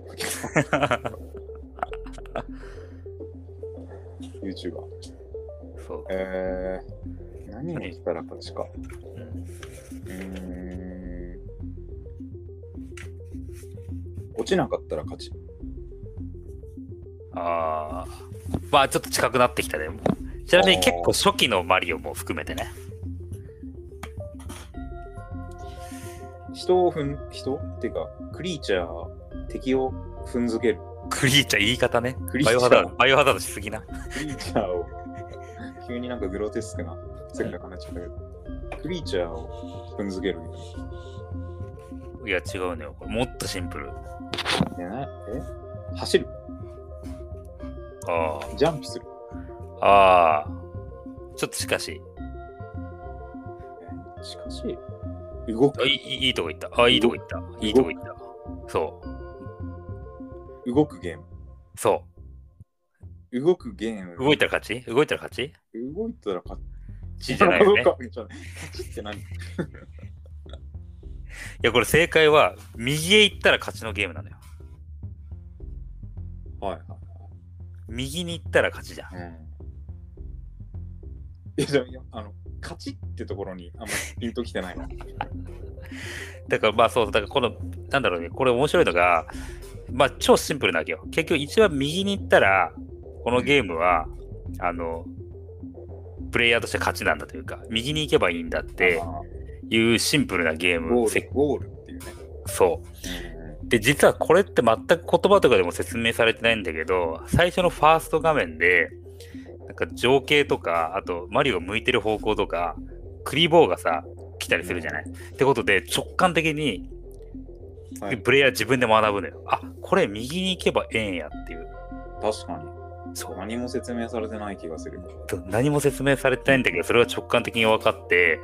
Speaker 1: んだけど、YouTuber。
Speaker 2: そう。
Speaker 1: えー、何をしたら勝ちか。
Speaker 2: うん
Speaker 1: うーん。落ちなかったら勝ち。
Speaker 2: あー、まあちょっと近くなってきたね。ちなみに結構初期のマリオも含めてね。
Speaker 1: 人を踏ん、人っていうか、クリーチャー、敵を踏んづける。
Speaker 2: クリーチャー言い方ね
Speaker 1: ク。リー
Speaker 2: バ
Speaker 1: チ
Speaker 2: イ
Speaker 1: ャ
Speaker 2: オ
Speaker 1: ー
Speaker 2: ハザード、バイオハザードしすぎな。
Speaker 1: クリーチャーを、急になんかグロテスクな世界が話しちゃったけど、クリーチャーを踏んづける。
Speaker 2: いや、違うのよ。これもっとシンプル。
Speaker 1: えなえ走る。
Speaker 2: あー。
Speaker 1: ジャンプする。
Speaker 2: ああ、ちょっとしかし、
Speaker 1: えしかし、動
Speaker 2: あ
Speaker 1: く
Speaker 2: い。いいいとこ行った。あいいとこ行った。いいとこ行った。そう、
Speaker 1: 動くゲーム。
Speaker 2: そ
Speaker 1: 動くゲーム。
Speaker 2: う。動いたら勝ち動いたら勝ち
Speaker 1: 動いたら勝
Speaker 2: ちじゃないよね。い
Speaker 1: 動かじゃない勝ちって何
Speaker 2: や、これ正解は、右へ行ったら勝ちのゲームなのよ。
Speaker 1: はいはい。
Speaker 2: 右に行ったら勝ちじゃん。
Speaker 1: うんいや、じゃあいやあの、勝ちってところにあんまピンときてないな。
Speaker 2: だからまあそう、だからこの、なんだろうね、これ面白いのが、まあ超シンプルなわけよ。結局一番右に行ったら、このゲームは、あの、プレイヤーとして勝ちなんだというか、右に行けばいいんだって
Speaker 1: あ
Speaker 2: いうシンプルなゲー
Speaker 1: ー、
Speaker 2: ム。
Speaker 1: ゴー
Speaker 2: せ
Speaker 1: ル、ゴールっていうね。
Speaker 2: そう。で実はこれって全く言葉とかでも説明されてないんだけど最初のファースト画面でなんか情景とか、あとマリオが向いてる方向とか、クリボーがさ、来たりするじゃない。ってことで、直感的に
Speaker 1: はい
Speaker 2: プレイヤー自分で学ぶのよ。あこれ右に行けばええんやっていう。
Speaker 1: 確かに。
Speaker 2: そう
Speaker 1: 何も説明されてない気がする。
Speaker 2: と何も説明されてないんだけど、それは直感的に分かって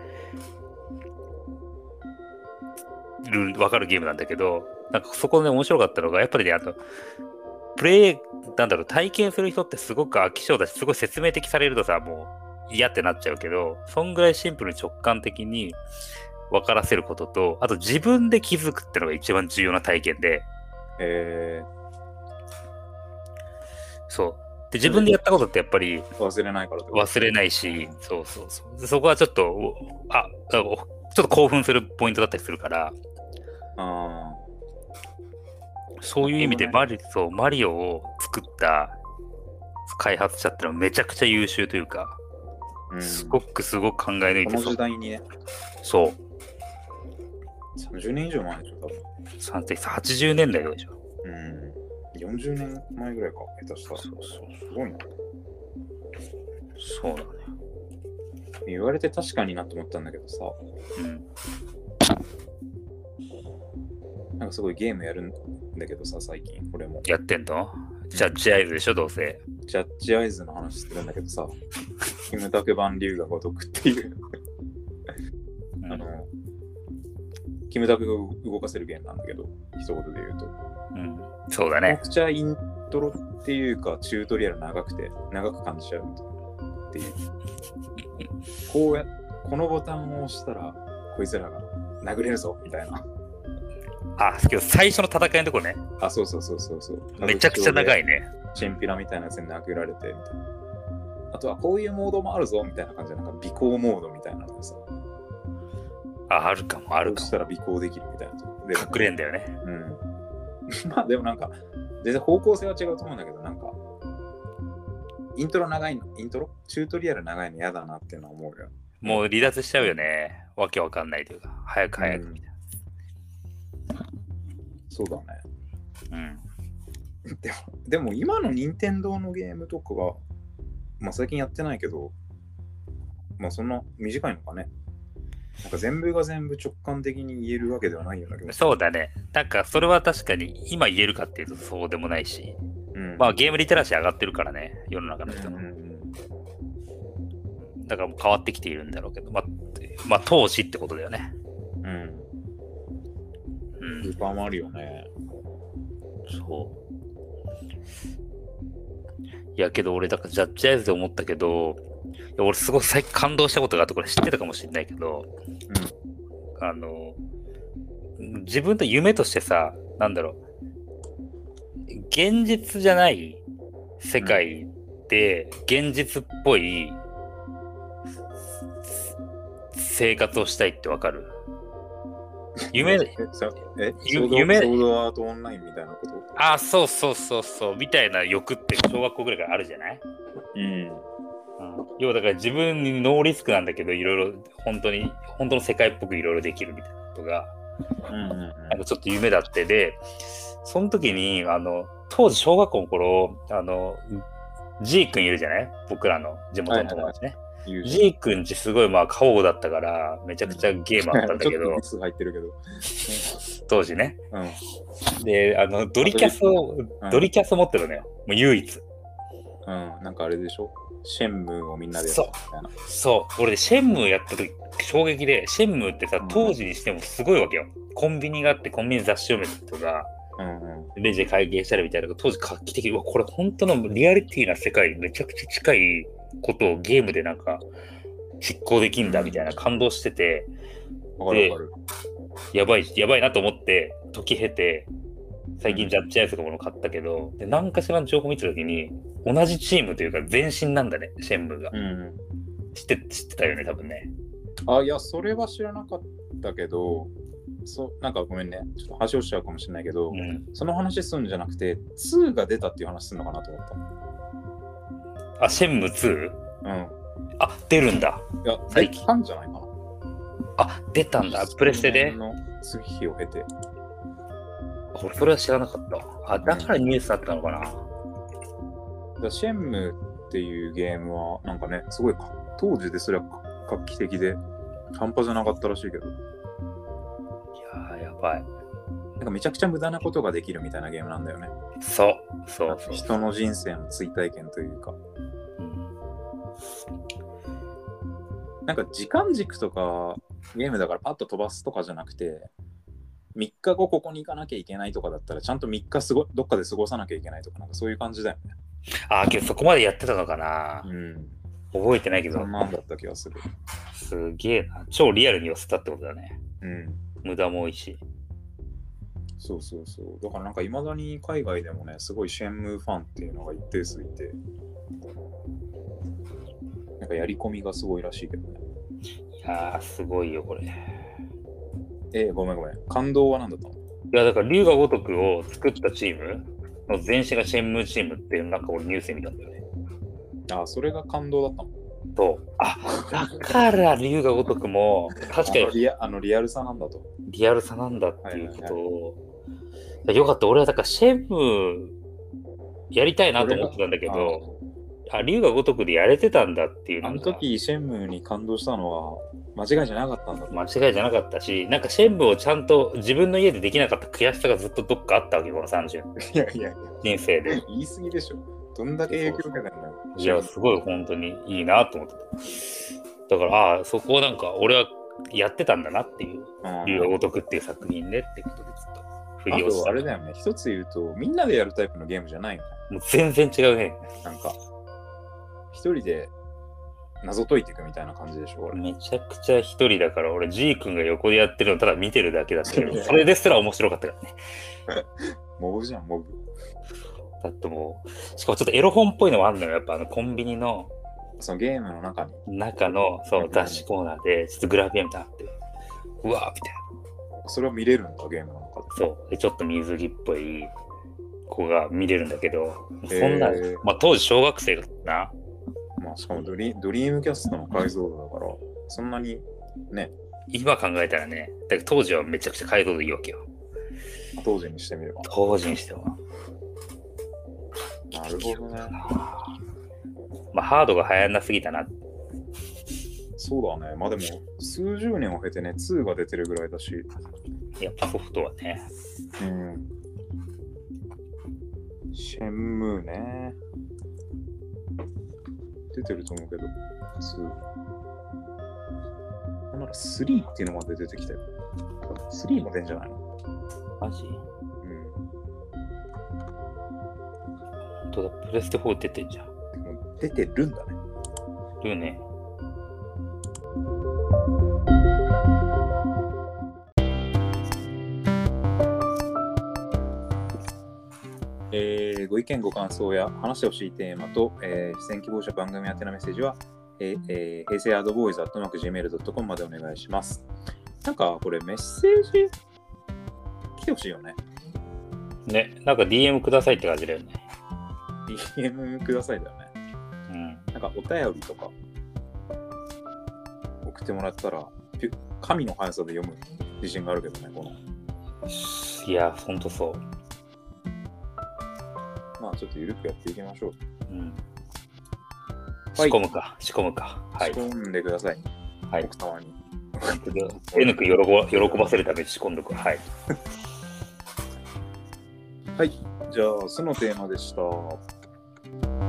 Speaker 2: る、分かるゲームなんだけど、なんかそこで面白かったのが、やっぱりね、あの、プレイ、なんだろう、体験する人ってすごく飽き性だし、すごい説明的されるとさ、もう嫌ってなっちゃうけど、そんぐらいシンプルに直感的に分からせることと、あと自分で気づくってのが一番重要な体験で、
Speaker 1: え
Speaker 2: そう。で、自分でやったことってやっぱり、
Speaker 1: ー、忘れないからってこと
Speaker 2: 忘れないし、そうそうそう。そこはちょっと、おあ、あおちょっと興奮するポイントだったりするから、
Speaker 1: あ
Speaker 2: そういう意味でマリ,、そうマリオを作った開発者ってのはめちゃくちゃ優秀というか、
Speaker 1: ーうん
Speaker 2: すごくすごく考え抜い
Speaker 1: こ
Speaker 2: て
Speaker 1: の
Speaker 2: そう
Speaker 1: 時代にね、
Speaker 2: そう、
Speaker 1: 30年以上前でしょ、多分。
Speaker 2: 3 80年代とかでしょ。
Speaker 1: うん。40年前ぐらいか、下手したら。
Speaker 2: そうそう
Speaker 1: すごいな。
Speaker 2: そうなのよ。
Speaker 1: 言われて確かになと思ったんだけどさ、
Speaker 2: うん。
Speaker 1: なんかすごいゲームやるんだけどさ、最近、俺も。
Speaker 2: やってんのジャッジアイズでしょ、どうせ。
Speaker 1: ジャッジアイズの話してるんだけどさ、キムタク版龍が如くっていう、あの、キムタクが動かせるゲームなんだけど、一言で言うと。
Speaker 2: うん、そうだ
Speaker 1: めち
Speaker 2: ね
Speaker 1: ゃ。くちゃイントロっていうか、チュートリアル長くて、長く感じちゃうっていう。こうや、このボタンを押したら、こいつらが殴れるぞ、みたいな。
Speaker 2: あ、けど最初の戦いのとこね、
Speaker 1: あ、そうそうそうそうそう。
Speaker 2: めちゃくちゃ長いね。
Speaker 1: チンピラみたいなやつに殴られてみたいな。あとはこういうモードもあるぞみたいな感じで、なんか尾行モードみたいなのでさ、
Speaker 2: あ、あるかも、あ
Speaker 1: あ
Speaker 2: る
Speaker 1: る
Speaker 2: か
Speaker 1: したら尾行できるみたいな。で
Speaker 2: も。隠れんだよね。
Speaker 1: うん。 まあでもなんか、全然方向性は違うと思うんだけど、なんか、イントロ長いの、イントロチュートリアル長いの嫌だなっていうのは思うよ。
Speaker 2: もう離脱しちゃうよね。わけわかんないというか、早く早くみたい
Speaker 1: そうだね。
Speaker 2: な。うん。
Speaker 1: でも今の任天堂のゲームとかは、まあ最近やってないけど、まあそんな短いのかね。なんか全部が全部直感的に言えるわけではないような気もする
Speaker 2: そうだね。なんか、それは確かに今言えるかっていうとそうでもないし、
Speaker 1: うん
Speaker 2: まあゲームリテラシー上がってるからね、世の中の人
Speaker 1: うんう
Speaker 2: の。
Speaker 1: ん
Speaker 2: だからもう変わってきているんだろうけど、まあ、まあ、投資ってことだよね。
Speaker 1: うんうん
Speaker 2: う
Speaker 1: ス
Speaker 2: ん。
Speaker 1: ーパーマリオね。
Speaker 2: そう。いや、けど俺、だからジャッジアイズで思ったけど、いや俺すごい最近感動したことがあって、これ知ってたかもしれないけど、あの、自分の夢としてさ、なんだろう、現実じゃない世界で、現実っぽい生活をしたいってわかる夢、
Speaker 1: え、そえ
Speaker 2: ゆ
Speaker 1: ソード
Speaker 2: 夢
Speaker 1: ソードアートオンラインみたいなこと
Speaker 2: あ、そうそうそうそう、みたいな欲って小学校ぐらいからあるじゃない
Speaker 1: うん。
Speaker 2: 要はだから自分にノーリスクなんだけど、いろいろ本当に、本当の世界っぽくいろいろできるみたいなことが、
Speaker 1: うんうん
Speaker 2: なんかちょっと夢だってで、その時に、あの、当時小学校の頃、あの、ジー君いるじゃない僕らの地元の友達ね。
Speaker 1: うん友
Speaker 2: ジ
Speaker 1: 人
Speaker 2: ー君ちすごいまあ過保護だったから、めちゃくちゃゲームあったんだ け
Speaker 1: ちょっ
Speaker 2: ど
Speaker 1: とミ、ス入ってるけど。
Speaker 2: 当時ね。
Speaker 1: うん。うん
Speaker 2: で、あの、ドリキャスを、
Speaker 1: うん
Speaker 2: ドリキャス持ってるのよ。もう唯一。
Speaker 1: うん。なんかあれでしょシェンムーをみんなでやったみたいな。
Speaker 2: そう。俺、シェンムーやった時、衝撃で、シェンムーってさ
Speaker 1: うん、
Speaker 2: 当時にしてもすごいわけよ。コンビニがあって、コンビニで雑誌を見たりとか、
Speaker 1: うんうん。
Speaker 2: レジで会計したりみたいなのが当時画期的うわこれ本当のリアリティな世界にめちゃくちゃ近いことをゲームでなんか実行できんだみたいな感動してて
Speaker 1: わかるわかる。
Speaker 2: やばいやばいなと思って時経て最近ジャッジアイスのもの買ったけどで何かしらの情報見てた時に同じチームというか前身なんだねシェンムーが
Speaker 1: うんうん。
Speaker 2: 知って知ってたよね多分ね
Speaker 1: あ、いや、それは知らなかったけど、そう、なんかごめんね、ちょっと話をしちゃうかもしれないけど、
Speaker 2: うん
Speaker 1: その話するんじゃなくて、2が出たっていう話するのかなと思っ
Speaker 2: あシェンムー 2?
Speaker 1: た。
Speaker 2: あ出るんだ
Speaker 1: うん。いや、
Speaker 2: 最
Speaker 1: 出
Speaker 2: 近
Speaker 1: たんじゃないかな。
Speaker 2: あ出たんだプレステで
Speaker 1: その次日を経て。
Speaker 2: 俺それは知らなかったあだからニュースだったのかな
Speaker 1: だからシェンムっていうゲームは、なんかね、すごいか当時ですらか画期的で、半端じゃなかったらしいけど、
Speaker 2: いやーやばい。
Speaker 1: なんかめちゃくちゃ無駄なことができるみたいなゲームなんだよね。
Speaker 2: そう、そうそう。
Speaker 1: 人の人生の追体験というか、
Speaker 2: うん
Speaker 1: なんか時間軸とかゲームだからパッと飛ばすとかじゃなくて、3日後ここに行かなきゃいけないとかだったら、ちゃんと3日すごどっかで過ごさなきゃいけないとか、なんかそういう感じだよね。
Speaker 2: あー、けどそこまでやってたのかな
Speaker 1: うん。
Speaker 2: 覚えてないけ
Speaker 1: そ
Speaker 2: ど
Speaker 1: ん、なんだった気がする。
Speaker 2: すげえな。超リアルに寄せたってことだね。
Speaker 1: うん。
Speaker 2: 無駄も多いし。
Speaker 1: そうそうそう。だからなんかいまだに海外でもね、すごいシェンムーファンっていうのが一定数いて、なんかやり込みがすごいらしいけどね。
Speaker 2: いやー、すごいよ、これ。い
Speaker 1: えーごめんごめん。感動は何だったの
Speaker 2: や、だから、龍が如くを作ったチームの前身がシェンムーチームっていう、なんか俺ニュースで見たんだよね。
Speaker 1: あー、それが感動だったの
Speaker 2: と、あ、だから龍が如くも、確か
Speaker 1: あの
Speaker 2: に
Speaker 1: リアあのリアルさなんだと。
Speaker 2: リアルさなんだっていうことを。いやよかった、俺はだからシェンムーやりたいなと思ってたんだけど、あ、龍が如くでやれてたんだっていう
Speaker 1: あ
Speaker 2: の
Speaker 1: の
Speaker 2: が
Speaker 1: 時、シェンムーに感動したのは間違いじゃなかったんだと。
Speaker 2: 間違いじゃなかったし、なんかシェンムーをちゃんと自分の家でできなかった悔しさがずっとどっかあったわけよ、この30
Speaker 1: いやいやいや、
Speaker 2: 人生で。
Speaker 1: 言い過ぎでしょ。どんだけ影響受けたんだよ。
Speaker 2: いや、すごい本当にいいなと思ってた。だから、ああ、そこをなんか俺はやってたんだなっていう、
Speaker 1: うん
Speaker 2: 龍が如くっていう作品でってことでずっと振
Speaker 1: あ
Speaker 2: り落ち
Speaker 1: と
Speaker 2: た。
Speaker 1: あれだよね、一つ言うと、みんなでやるタイプのゲームじゃないよね。
Speaker 2: もう全然違うね。
Speaker 1: なんか、一人で謎解いていくみたいな感じでしょ、俺。
Speaker 2: めちゃくちゃ一人だから、俺 G 君が横でやってるのただ見てるだけだったけど、それですら面白かったからね。
Speaker 1: モブじゃん、モブ。
Speaker 2: だってもう、しかもちょっとエロ本っぽいのもあるのよ。やっぱあのコンビニの
Speaker 1: そのゲームの中に。
Speaker 2: 中のそ
Speaker 1: う
Speaker 2: う
Speaker 1: ん
Speaker 2: 雑誌コーナーで、ちょっとグラビアみたいなのあって、うわーみたいな。
Speaker 1: それを見れるんだ、ゲームの中で。
Speaker 2: そう。で、ちょっと水着っぽい子が見れるんだけど、そんな、
Speaker 1: えー
Speaker 2: まあ当時小学生だったな。
Speaker 1: まあ、しかもドリドリームキャストの解像度だから、そんなにね、
Speaker 2: 今考えたらね、だけど当時はめちゃくちゃ解像度いいわけよ。
Speaker 1: 当時にしてみれば。
Speaker 2: 当時にしては。
Speaker 1: なるほどね。
Speaker 2: まあハードが流行んなすぎたな。
Speaker 1: そうだね。まあでも、数十年を経てね、2が出てるぐらいだし。
Speaker 2: やっぱソフトはね。
Speaker 1: うん。シェンムーね。出てると思うけど、2。なんなら3っていうのまで出てきたよ。3も出んじゃないの
Speaker 2: マジ
Speaker 1: うん。
Speaker 2: 本当だ、プレステ4出てんじゃん。
Speaker 1: でも出てるんだね。
Speaker 2: ルーね。
Speaker 1: えーご意見、ご感想や話してほしいテーマと、えー出演希望者番組宛てのメッセージは、えーえー平成アドボーイズ .gmail.com までお願いします。なんか、これメッセージ来てほしいよね。
Speaker 2: ね、なんか DM くださいって感じだよね。
Speaker 1: DM くださいだよね。
Speaker 2: うん。
Speaker 1: なんか、お便りとか送ってもらったら、ピュ神の速さで読む自信があるけどね、この。
Speaker 2: いや、ほんとそう。
Speaker 1: まあ、ちょっとゆるくやっていきましょう。
Speaker 2: うん。
Speaker 1: は
Speaker 2: 仕
Speaker 1: い
Speaker 2: 込むか、仕込むか。はい。
Speaker 1: 仕込んでください。
Speaker 2: はい
Speaker 1: 奥様に。
Speaker 2: N くん喜ば喜ばせるために仕込んどく。はい。
Speaker 1: はい。じゃあ、そのテーマでした。